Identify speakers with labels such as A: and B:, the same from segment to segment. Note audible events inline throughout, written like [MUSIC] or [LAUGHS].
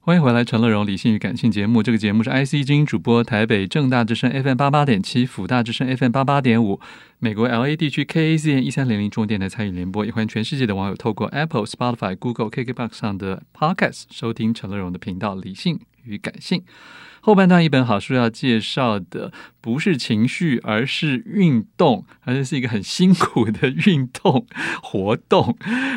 A: 欢迎回来，《陈乐荣理性与感性》节目。这个节目是 IC 金主播，台北正大之声 FM 八八点七，辅大之声 FM 八八点五，美国 LA 地区 KAZN 一三零零中文电台参与联播。也欢迎全世界的网友透过 Apple、Spotify、Google、KKBox 上的 Podcast 收听陈乐荣的频道《理性与感性》。后半段一本好书要介绍的不是情绪，而是运动，而且是一个很辛苦的运动活动。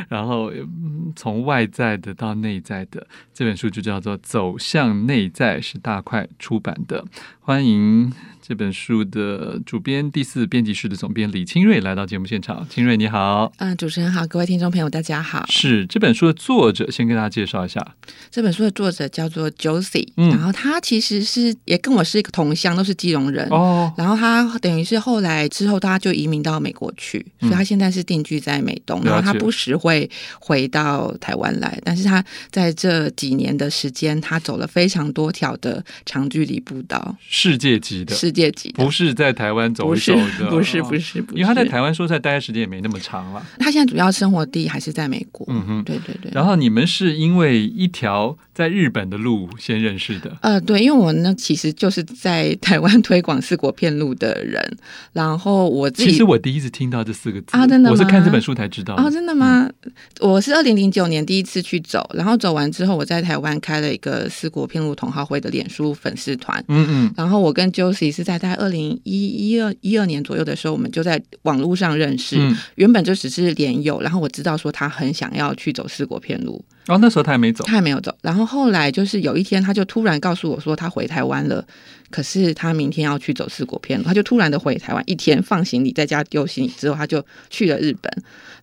A: 然后、嗯、从外在的到内在的，这本书就叫做《走向内在》，是大块出版的。欢迎这本书的主编第四编辑室的总编李清瑞来到节目现场。清瑞你好，
B: 嗯，主持人好，各位听众朋友大家好。
A: 是这本书的作者，先跟大家介绍一下，
B: 这本书的作者叫做 Josie，、
A: 嗯
B: 然后他其实是也跟我是一个同乡，都是基隆人。
A: 哦，
B: 然后他等于是后来之后，他就移民到美国去，所以他现在是定居在美东。
A: 嗯了解
B: 然后他不时会回到台湾来，但是他在这几年的时间，他走了非常多条的长距离步道，
A: 世界级的，
B: 世界级的。
A: 不是在台湾走
B: 不
A: 一
B: 是
A: 走的，
B: 不是不
A: 哦
B: 是不
A: 因
B: 是，
A: 为他在台湾说实在待的时间也没那么长了。
B: 他现在主要生活地还是在美国。
A: 嗯哼，
B: 对对对。
A: 然后你们是因为一条在日本的路先认识的，
B: 呃，对，因为我呢其实就是在台湾 [LAUGHS] 推广四国片路的人，然后我自
A: 其
B: 己
A: 实我第一次听到这四个字
B: 啊真的吗
A: 我是看这本书才知道的。
B: 哦，真的吗？
A: 嗯
B: 我是二零零九年第一次去走，然后走完之后，我在台湾开了一个四国片路同好会的脸书粉丝团。
A: 嗯嗯，
B: 然后我跟 Josie 是在在二零一一二一二年左右的时候，我们就在网络上认识。
A: 嗯
B: 原本就只是连友，然后我知道说他很想要去走四国片路，
A: 然后哦那时候他还没走，
B: 他还没有走。然后后来就是有一天，他就突然告诉我说他回台湾了，可是他明天要去走四国片路，他就突然的回台湾，一天放行李在家丢行李之后，他就去了日本。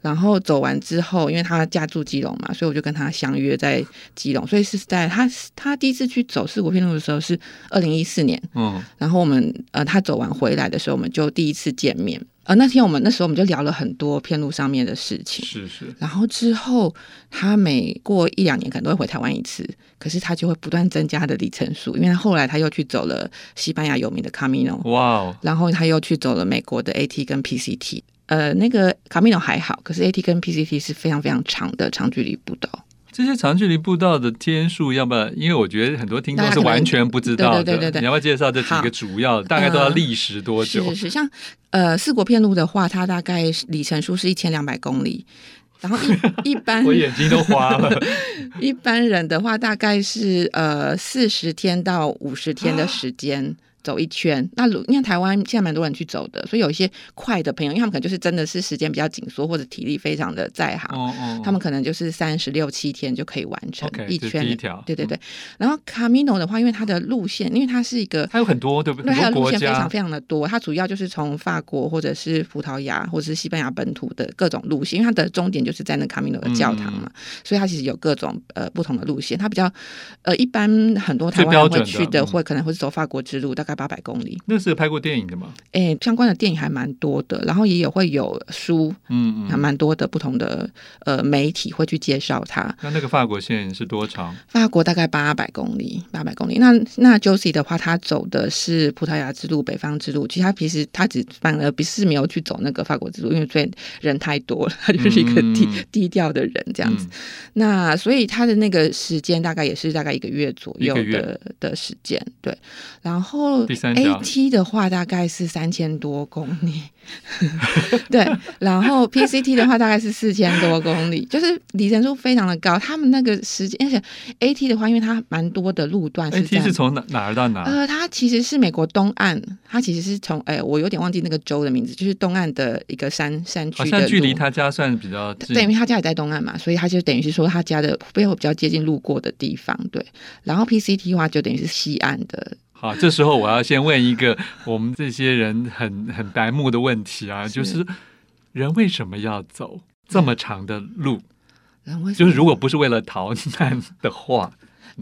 B: 然后走完之后，因为他家住基隆嘛，所以我就跟他相约在基隆，所以是在他他第一次去走四国片路的时候是二零一四年，
A: 嗯，
B: 然后我们呃，他走完回来的时候，我们就第一次见面。呃，那天我们那时候我们就聊了很多片路上面的事情。
A: 是是，
B: 然后之后，他每过一两年可能都会回台湾一次，可是他就会不断增加他的里程数，因为他后来他又去走了西班牙有名的 Camino，
A: 哇哦，
B: 然后他又去走了美国的 AT 跟 PCT。呃，那个 Camino 还好，可是 AT 跟 PCT 是非常非常长的长距离步道。
A: 这些长距离步道的天数，要不要？因为我觉得很多听众
B: 大家
A: 是
B: 可能
A: 完全不知道的，
B: 对对对对对
A: 你要不要介绍这几
B: 好
A: 个主要的？大概都要
B: 嗯
A: 历时多久？
B: 是是是，像呃四国片路的话，它大概里程数是一千两百公里，然后
A: [LAUGHS]
B: 一一般
A: 我眼睛都花
B: [LAUGHS]
A: 了，
B: 一般人的话，大概是呃四十天到五十天的时间。走一圈，那如因为台湾现在蛮多人去走的，所以有一些快的朋友，因为他们可能就是真的是时间比较紧缩，或者体力非常的在行，
A: 哦哦，
B: 他们可能就是三十六七天就可以完成
A: OK，
B: 一
A: 这是
B: 圈
A: 第一
B: 的。
A: 条
B: 对对对。然后 Camino 的话，因为它的路线，因为它是一个
A: 还有很多对不
B: 对，
A: 对？
B: 它
A: 很
B: 的
A: 多
B: 路
A: 国
B: 线非
A: 家
B: 常非常的多，它主要就是从法国或者是葡萄牙或者是西班牙本土的各种路线，因为它的终点就是在那卡米诺的教堂嘛，
A: 嗯
B: 所以它其实有各种呃不同的路线。它比较呃一般很多台湾人会
A: 最标
B: 去
A: 准的
B: 的，
A: 嗯
B: 会可能会是走法国之路，大概八百公里。
A: 那是有拍过电影的嘛？
B: 哎，相关的电影还蛮多的，然后也有会有书，
A: 嗯
B: 还
A: 嗯，
B: 蛮多的不同的呃媒体会去介绍它。
A: 那那个法国线是多长？嗯
B: 法国大概八百公里，八百公里。那那 Josie 的话，他走的是葡萄牙之路、北方之路。其实他平时他只反而不是没有去走那个法国之路，因为最人太多了，他就是一个低、
A: 嗯
B: 低调的人这样子。
A: 嗯
B: 那所以他的那个时间大概也是大概一个月左右
A: 一个
B: 的
A: 月
B: 的时间，对。然后
A: 第三条
B: AT 的话大概是三千多公里， [LAUGHS] 对。然后 PCT 的话大概是四千多公里，就是里程数非常的高。他们那个时间，而且 AT 的话，因为它蛮多的路段是在
A: AT 是从哪哪儿到哪儿？
B: 呃，它其实是美国东岸，它其实是从哎、我有点忘记那个州的名字，就是东岸的一个山山区
A: 好
B: 的
A: 像哦距离
B: 路
A: 他家算比较近，
B: 对，因为他家也在东岸嘛，所以他就等于是说他家的背后比较接近路过的地方，对。然后 PCT 的话就等于是西岸的，
A: 好，这时候我要先问一个我们这些人很很白目的问题啊，
B: 是
A: 就是人为什么要走这么长的路？
B: 然后
A: 就是如果不是为了逃难的话，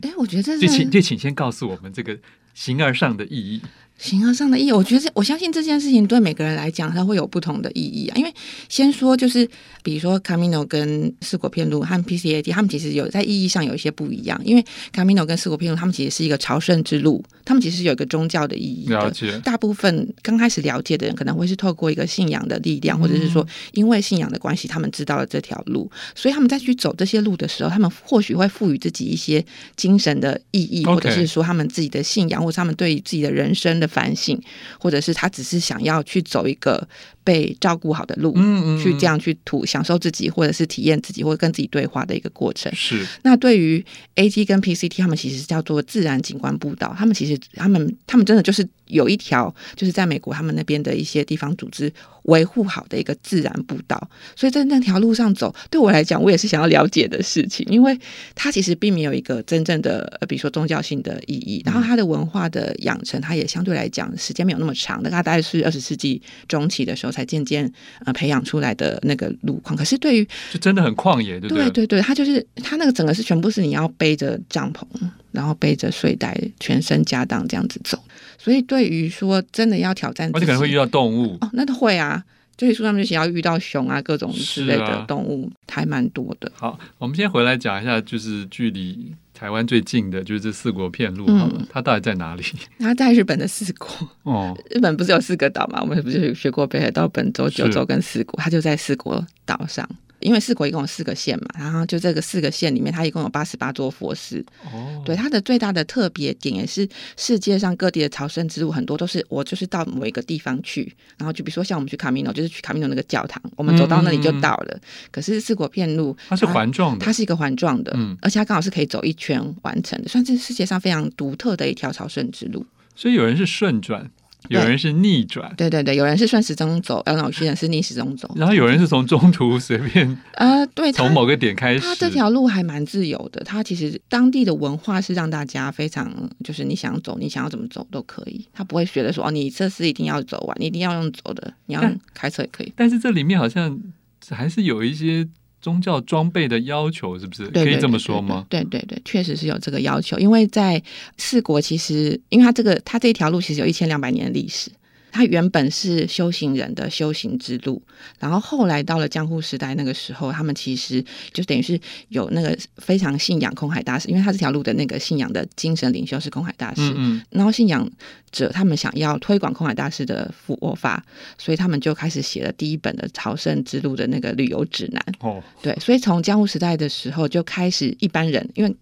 B: 哎，我觉得这
A: 就请
B: 是
A: 就请先告诉我们这个形而上的意义。
B: 形而上的意义，我觉得我相信这件事情对每个人来讲，它会有不同的意义啊。因为先说就是，比如说 Camino 跟四果片路和 PCAT，他们其实有在意义上有一些不一样。因为 Camino 跟四果片路，他们其实是一个朝圣之路，他们其实有一个宗教的意义的
A: 了解，
B: 大部分刚开始了解的人，可能会是透过一个信仰的力
A: 嗯
B: 量，或者是说因为信仰的关系，他们知道了这条路，所以他们在去走这些路的时候，他们或许会赋予自己一些精神的意义，
A: OK
B: 或者是说他们自己的信仰，或者他们对于自己的人生的反省，或者是他只是想要去走一个被照顾好的路，
A: 嗯嗯，
B: 去这
A: 样
B: 样去吐享受自己，或者是体验自己，或者跟自己对话的一个过程。
A: 嗯是
B: 那对于 AT 跟 PCT，他们其实叫做自然景观步道，他们其实他们他们真的就是有一条，就是在美国他们那边的一些地方组织维护好的一个自然步道，所以在那条路上走，对我来讲，我也是想要了解的事情，因为它其实并没有一个真正的，呃比如说宗教性的意义，然后它的文化的养成，它也相对来讲时间没有那么长的，大概是二十世纪中期的时候才渐渐呃培养出来的那个路况，可是对于
A: 就真的很旷野，对不
B: 对对对，它就是它那个整个是全部是你要背着帐篷，然后背着睡袋，全身家当这样子走。所以对于说真的要挑战自
A: 而
B: 己，
A: 哦且可能会遇到动物，
B: 哦，那都会啊。就是书上面就写要遇到熊啊，各种之类
A: 是啊
B: 的动物，还蛮多的。
A: 好，我们先回来讲一下，就是距离台湾最近的，就是这四国片
B: 嗯
A: 路好了，它到底在哪里？ [LAUGHS]
B: 那在日本的四国，
A: 哦，
B: 日本不是有四个岛嘛？我们不是学过北海道、本州、
A: 是
B: 九州跟四国，它就在四国岛上。因为四国一共有四个县嘛，然后就这个四个县里面，它一共有八十八座佛寺，
A: 哦，
B: 呃对，它的最大的特别点也是世界上各地的朝圣之路，很多都是我就是到某一个地方去，然后就比如说像我们去卡米诺，就是去卡米诺那个教堂，我们走到那里就
A: 嗯嗯嗯
B: 到了。可是四国片路
A: 它是环状的，
B: 它是一个环状的，
A: 嗯
B: 而且它刚好是可以走一圈完成的，算是世界上非常独特的一条朝圣之路。
A: 所以有人是顺转，有人是逆转，
B: 对对对，有人是顺时钟走，然后有些人是逆时钟走。
A: 然后有人是从中途随
B: [LAUGHS]
A: 便
B: 呃，对，它
A: 从某个点开始
B: 它。这条路还蛮自由的，它其实当地的文化是让大家非常，就是你想走，你想要怎么走都可以，它不会觉得说哦，你这次一定要走完，你一定要用走的，你要
A: 但
B: 开车也可以。
A: 但是这里面好像还是有一些宗教装备的要求，是不是？
B: 对
A: 可以
B: 对
A: 这么
B: 对
A: 说吗？
B: 对对对，确实是有这个要求，因为在四国其实，因为它这个它这一条路其实有一千两百年的历史。它原本是修行人的修行之路，然后后来到了江户时代那个时候，他们其实就等于是有那个非常信仰空海大师，因为他这条路的那个信仰的精神领袖是空海大师，
A: 嗯嗯，
B: 然后信仰者他们想要推广空海大师的佛法，所以他们就开始写了第一本的朝圣之路的那个旅游指南。
A: 哦，
B: 对，所以从江户时代的时候就开始，一般人因为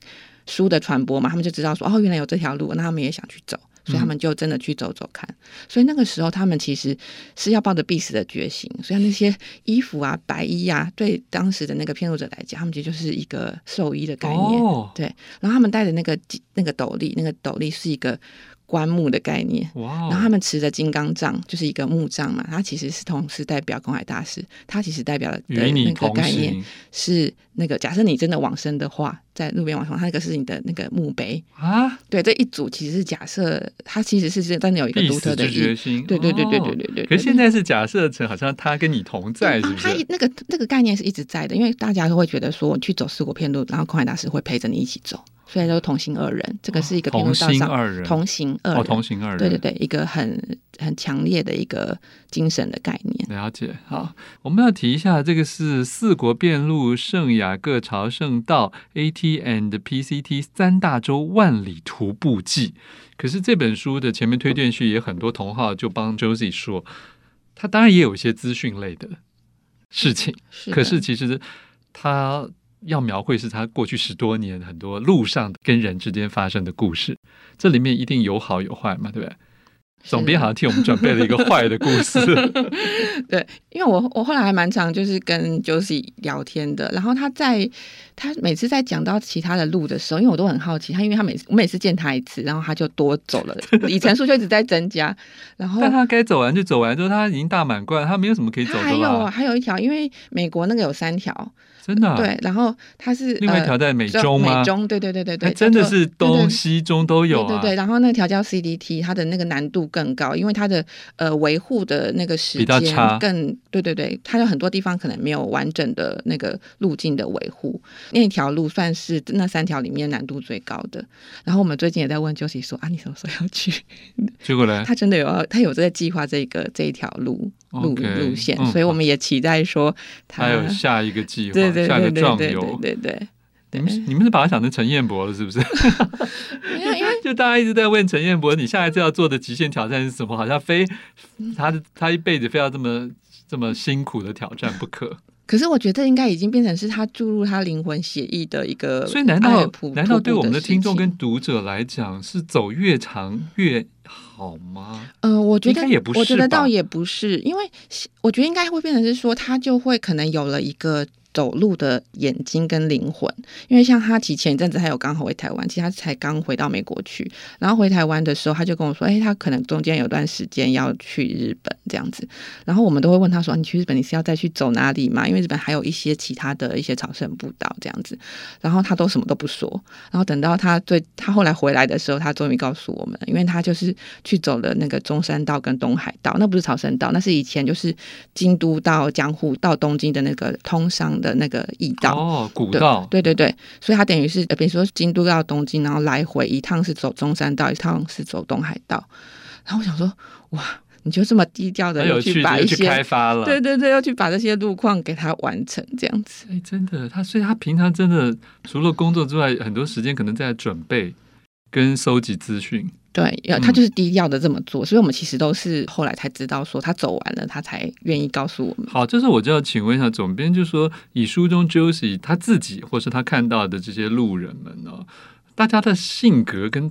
B: 书的传播嘛，他们就知道说哦，原来有这条路，那他们也想去走，所以
A: 嗯
B: 他们就真的去走走看。所以那个时候他们其实是要抱着必死的决心，所以那些衣服啊、白衣啊，对当时的那个骗路者来讲，他们其实就是一个寿衣的概念。
A: 哦，
B: 对，然后他们戴的那个金那个斗笠，那个斗笠是一个棺木的概念。
A: 哇
B: 然后他
A: 哦，
B: 们持着金刚杖，就是一个木杖嘛，它其实是同时代表空海大师，它其实代表的
A: 与你
B: 那个
A: 同
B: 概念
A: 行
B: 是那个，假设你真的往生的话，在路边往生，它那个是你的那个墓碑。
A: 啊，
B: 对，这一组其实是假设它其实是真的有一个
A: 必
B: 独
A: 死
B: 特的
A: 之
B: 意
A: 决
B: 义。
A: 心。
B: 对对对对
A: 哦
B: 对对对。
A: 可是现
B: 在。
A: 在是假设成好像他跟你同在，是
B: 啊
A: 不，
B: 他一
A: 是？
B: 那个那个概念是一直在的，因为大家都会觉得说，去走四国片路，然后空海大师会陪着你一起走，所以都同行二人，这个是一个片
A: 同
B: 路道
A: 心
B: 上
A: 二人，
B: 同行二
A: 哦，
B: 人，
A: 同行二人，
B: 呃对对对，一个很很强烈的一个精神的概念。
A: 了解，好，我们要提一下，这个是四国遍路圣雅各朝圣道 AT and PCT 三大洲万里徒步记。可是这本书的前面推荐序也很多同号就帮 Josie 说，他当然也有一些资讯类的事情，
B: 是的
A: 可是其实他要描绘是他过去十多年很多路上跟人之间发生的故事，这里面一定有好有坏嘛，对不对？总编好像替我们准备了一个坏的故事。
B: 对，因为我我后来还蛮常就是跟 Josie 聊天的，然后他在他每次在讲到其他的路的时候，因为我都很好奇他，因为他每次我每次见他一次，然后他就多走了，里程数就一直在增加，然后
A: 但他该走完就走完，之后他已经大满贯，他没有什么可以走
B: 他还
A: 的
B: 有啊
A: 啦。
B: 还有一条，因为美国那个有三条，
A: 真的啊、
B: 对，然后他是
A: 另外一条
B: 呃
A: 在美
B: 中
A: 中吗？
B: 美中，对对对对
A: 它
B: 对，
A: 真的
B: 叫做
A: 是
B: 对
A: 东
B: 对
A: 西中都有
B: 对
A: 啊，
B: 对对，然后那个调教 CDT，它的那个难度更高，因为它的呃维护的那个时
A: 比较差
B: 间更，对对对，它有很多地方可能没有完整的那个路径的维护，那条路算是那三条里面难度最高的。然后我们最近也在问 j o 说啊，你什么时候要去？ [LAUGHS]
A: 结果呢？
B: 他真的有要，他有在计划这个这一条路路
A: OK，
B: 路线，
A: 嗯
B: 所以我们也期待说他
A: 还有下一个计划，
B: 对对
A: 下一
B: 对
A: 个
B: 对
A: 壮
B: 对
A: 游。嗯
B: 对对
A: 你
B: 对，
A: [LAUGHS] 们你们是把它想成陈彦博了，是不 [LAUGHS] 是？
B: 因为因为
A: 就大家一直在问陈彦博，你下一次要做的极限挑战是什么？好像非他的他一辈子非要这么这么辛苦的挑战不
B: [LAUGHS]
A: 可。
B: 可是我觉得应该已经变成是他注入他灵魂血意的一个，
A: 所以难道
B: 呃普
A: 难道对我们的听众？
B: 瀑布事
A: 跟读者来讲，是走越长越好吗？
B: 情呃，我觉
A: 应
B: 得
A: 该也不是吧
B: 我觉得倒也不是，因为我觉得应该会变成是说，他就会可能有了一个。走路的眼睛跟灵魂，因为像他提前一阵子，他有刚好回台湾，其实他才刚回到美国去，然后回台湾的时候，他就跟我说，哎、他可能中间有段时间要去日本这样子，然后我们都会问他说，你去日本你是要再去走哪里吗？因为日本还有一些其他的一些朝圣步道这样子，然后他都什么都不说，然后等到他最他后来回来的时候，他终于告诉我们，因为他就是去走了那个中山道跟东海道，那不是朝圣道，那是以前就是京都到江户到东京的那个通商的那个驿道。
A: 哦，古道
B: 对对对，所以他等于是，呃比如说京都到东京，然后来回一趟是走中山道，一趟是走东海道。然后我想说，哇，你就这么低调的
A: 很有
B: 去
A: 趣，
B: 把
A: 就
B: 一
A: 去开
B: 些，
A: 发了。
B: 对对对，要去把这些路况给它完成，这样子。
A: 哎，真的，他所以他平常真的除了工作之外，很多时间可能在准备跟收集资讯。
B: 对，要
A: 嗯
B: 他就是低调的这么做，所以我们其实都是后来才知道说他走完了，他才愿意告诉我们。
A: 好，这时候我就要请问一下总编，就说以书中 Josie 他自己或是他看到的这些路人们呢、哦，大家的性格跟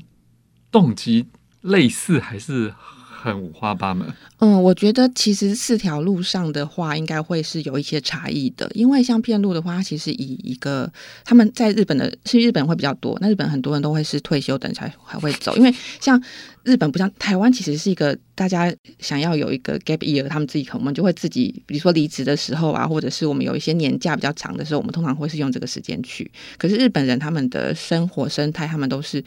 A: 动机类似，还是很五花八门？
B: 嗯，我觉得其实四条路上的话，应该会是有一些差异的，因为像片路的话，它其实以一个他们在日本的是日本会比较多，那日本很多人都会是退休等才还会走，因为像日本不像台湾，其实是一个大家想要有一个 gap year，他们自己可能我们就会自己，比如说离职的时候啊，或者是我们有一些年假比较长的时候，我们通常会是用这个时间去。可是日本人他们的生活生态，他们都是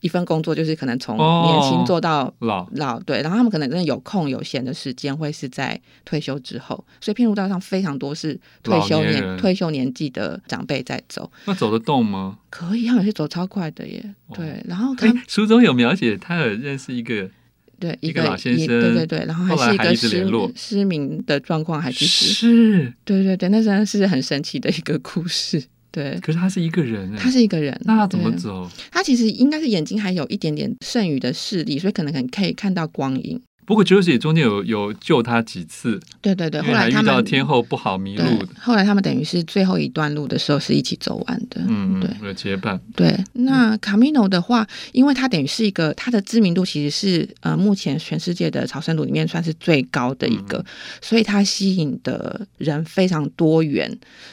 B: 一份工作，就是可能从年
A: 哦
B: 轻做到
A: 老
B: 老对，然后他们可能真的有空有闲的时间会是在退休之后，所以片路道上非常多是退
A: 老
B: 休
A: 年
B: 年
A: 人
B: 退休年纪的长辈在走，
A: 那走得动吗？
B: 可以，他们是走超快的耶，
A: 哦
B: 对，然后他
A: 哎，书中有描写，他有认识一个
B: 对
A: 一
B: 一
A: 个
B: 个
A: 老先
B: 一
A: 生
B: 对对对，然后
A: 后来
B: 还是一
A: 还一
B: 个
A: 直
B: 失
A: 联络
B: 明失明的状况，还一直
A: 是，
B: 对对对，那真的是很神奇的一个故事，对。
A: 可是他是一个人
B: 他
A: 哎，
B: 是一个人，
A: 那他怎么
B: 对
A: 走？
B: 他其实应该是眼睛还有一点点剩余的视力，所以可能很可以看到光影。
A: 不过 Josie 中间有有救他几次，
B: 对对对，
A: 因
B: 后
A: 为还
B: 来
A: 遇
B: 他们
A: 到天后不好迷
B: 对
A: 路，，
B: 后来他们等于是最后一段路的时候是一起走完的。
A: 嗯
B: 对
A: 嗯，有结伴，
B: 对。那 Camino 的话，因为它等于是一个它的知名度其实是呃目前全世界的朝圣路里面算是最高的一个，
A: 嗯
B: 所以它吸引的人非常多元，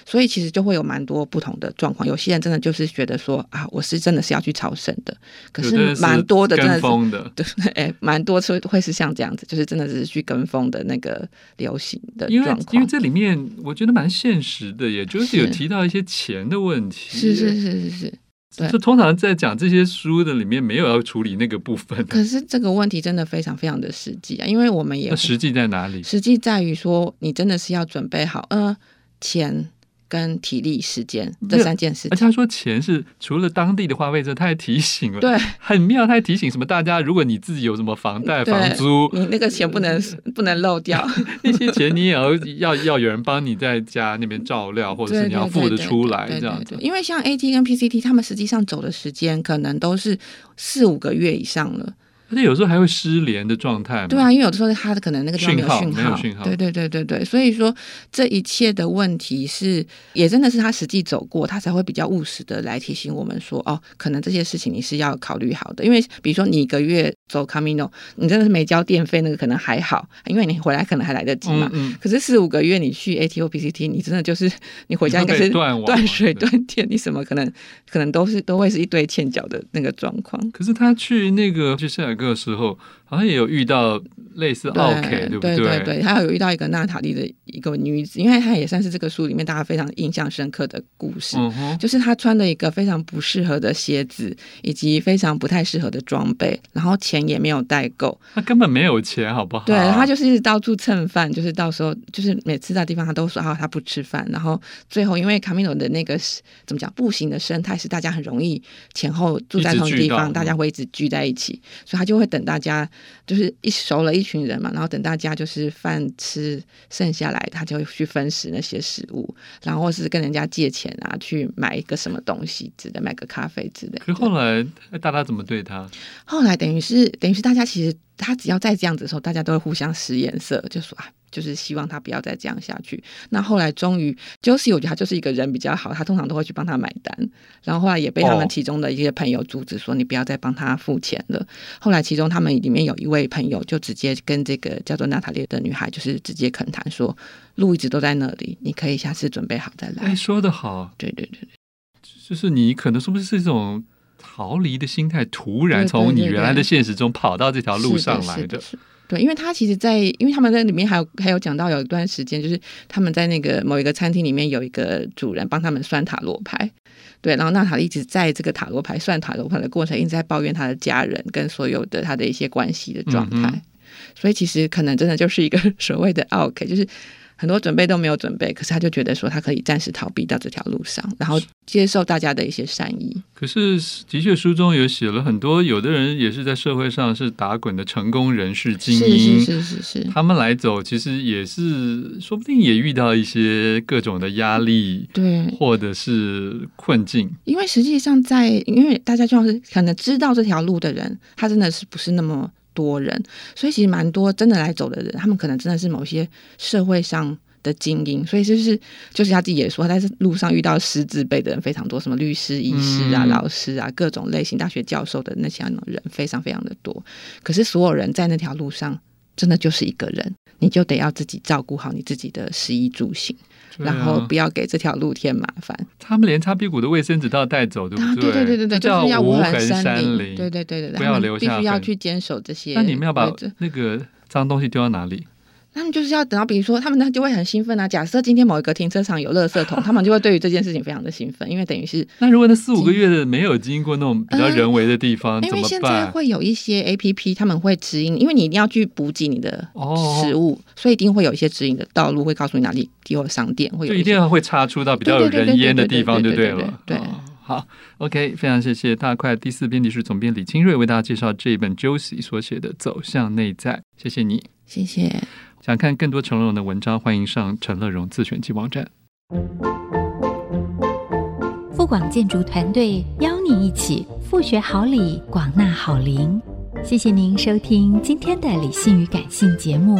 B: 所以其实就会有蛮多不同的状况。有些人真的就是觉得说啊，我是真的是要去朝圣的，可
A: 有的人
B: 是蛮多的真的
A: 跟
B: 是
A: 风的。
B: [LAUGHS] 对，哎，蛮多是会是像这样子，就是真的是去跟风的那个流行的
A: 因
B: 状
A: 为
B: 况。
A: 因为这里面我觉得蛮现实的耶，就是
B: 是
A: 有提到一些钱的问题，
B: 是是是是是，对
A: 就通常在讲这些书的里面没有要处理那个部分，
B: 可是这个问题真的非常非常的实际啊，因为我们也
A: 那实际在哪里？
B: 实际在于说，你真的是要准备好，呃，钱跟体力、时间这三件事
A: 而且
B: 情。
A: 他说钱是除了当地的花费之外，他还提醒了，
B: 对，
A: 很妙，他还提醒什么大家，如果你自己有什么房贷、
B: 对
A: 房租
B: 你那个钱不
A: [LAUGHS]
B: 能不能漏掉，
A: 那些钱，你也要要要有人帮你在家那边照料，或者
B: 对
A: 是你要付得出来
B: 对对
A: 这样
B: 对
A: 子
B: 对。因为像 AT 跟 PCT，他们实际上走的时间可能都是四五个月以上了。
A: 而且有时候还会失联的状态嘛，
B: 对啊，因为有的时候他的可能那个地方没有
A: 讯号
B: 讯
A: 没有
B: 号，
A: 讯号
B: 对对对对对，所以说这一切的问题是，也真的是他实际走过，他才会比较务实的来提醒我们说，哦，可能这些事情你是要考虑好的，因为比如说你一个月走 Camino，你真的是没交电费，那个可能还好，因为你回来可能还来得及嘛。
A: 嗯嗯，
B: 可是四五个月你去 AT 或 PCT，你真的就是你回家应该
A: 你会
B: 是
A: 被断网嘛
B: 断水
A: 对
B: 断电，你什么可能可能都是都会是一堆欠缴的那个状况。
A: 可是他去那个去圣雅各的时候，好像也有遇到类似 OK，
B: 对
A: 不
B: 对
A: 对？
B: 对，还有遇到一个娜塔莉的一个女子，因为她也算是这个书里面大家非常印象深刻的故事，
A: 嗯哼，
B: 就是她穿了一个非常不适合的鞋子，以及非常不太适合的装备，然后钱也没有带够，
A: 他根本没有钱，好不好？
B: 对，她就是一直到处蹭饭，就是到时候就是每次到地方她都说啊她不吃饭，然后最后因为卡米诺的那个是怎么讲步行的生态是大家很容易前后住在同一个
A: 一
B: 地
A: 直聚到
B: 方，
A: 嗯
B: 大家会一直聚在一起，所以他就会等大家就是一熟了一群人嘛，然后等大家就是饭吃剩下来，他就会去分食那些食物，然后或是跟人家借钱啊，去买一个什么东西之类，买个咖啡之类的。
A: 可是后来哎大家怎么对他？
B: 后来等于是等于是大家其实他只要再这样子的时候，大家都会互相使眼色，就说啊。就是希望他不要再这样下去。那后来终于，Josie 我觉得他就是一个人比较好，他通常都会去帮他买单。然后后来也被他
A: 哦
B: 们其中的一些朋友阻止说：“你不要再帮他付钱了。后来其中他们里面有一位朋友就直接跟这个叫做娜塔莉的女孩，就是直接恳谈说：“路一直都在那里，你可以下次准备好再来。
A: 哎，说的好，
B: 对对对，
A: 就是你可能是不是一种逃离的心态，突然
B: 对对
A: 从你
B: 对对
A: 原来的现实中跑到这条路上来
B: 是
A: 的
B: 的。是的对，因为他其实在，因为他们在里面还有还有讲到有一段时间，就是他们在那个某一个餐厅里面有一个主人帮他们算塔罗牌，对，然后娜塔莉一直在这个塔罗牌算塔罗牌的过程，一直在抱怨她的家人跟所有的她的一些关系的状态，
A: 嗯哼
B: 所以其实可能真的就是一个 [LAUGHS] 所谓的 OK，就是。很多准备都没有准备，可是他就觉得说他可以暂时逃避到这条路上，然后接受大家的一些善意。
A: 可是，的确书中有写了很多，有的人也是在社会上是打滚的成功人士、精
B: 是
A: 英，
B: 是是是是，
A: 他们来走，其实也是说不定也遇到一些各种的压力
B: 对，
A: 或者是困境。
B: 因为实际上在，因为大家就是可能知道这条路的人，他真的是不是那么多人，所以其实蛮多真的来走的人，他们可能真的是某些社会上的精英，所以就是就是他自己也说，他在路上遇到师字辈的人非常多，什么律师、医师啊、
A: 嗯
B: 老师啊，各种类型大学教授的那些人非常非常的多，可是所有人在那条路上。真的就是一个人，你就得要自己照顾好你自己的食衣住行，
A: 对啊
B: 然后不要给这条路添麻烦。
A: 他们连擦屁股的卫生纸都要带走，对
B: 啊，
A: 不
B: 对对对对
A: 这
B: 对，
A: 叫
B: 就是要
A: 无
B: 无
A: 痕
B: 痕
A: 山
B: 林，对对对对，对
A: 不
B: 他
A: 要
B: 们
A: 留
B: 必
A: 下
B: 须要
A: 痕
B: 去坚守这些。
A: 那你们要把
B: 规则
A: 那个脏东西丢到哪里？
B: 他们就是要等到，比如说他们呢就会很兴奋啊。假设今天某一个停车场有垃圾桶，他们就会对于这件事情非常的兴奋，因为等于是
A: 那如果那四五个月的没有经过那种比较
B: 嗯
A: 人为的地方，
B: 因
A: 怎
B: 为
A: 么
B: 现在
A: 办？
B: 会有一些 A P P，他们会指引，因为你一定要去补给你的
A: 哦
B: 食物，所以一定会有一些指引的道路，会告诉你哪里有商店，会有
A: 就一
B: 些
A: 定要会擦出到比较有人烟的地方就了。
B: 对对对对对对对对对
A: 哦好，OK，非常谢谢大块第四编辑室总编李清瑞为大家介绍这一本 Josie 所写的《走向内在》，谢谢你。
B: 谢谢。
A: 想看更多陈乐融的文章，欢迎上陈乐融自选集网站。
C: 富广建筑团队邀您一起复学好礼，广纳好邻。谢谢您收听今天的理性与感性节目。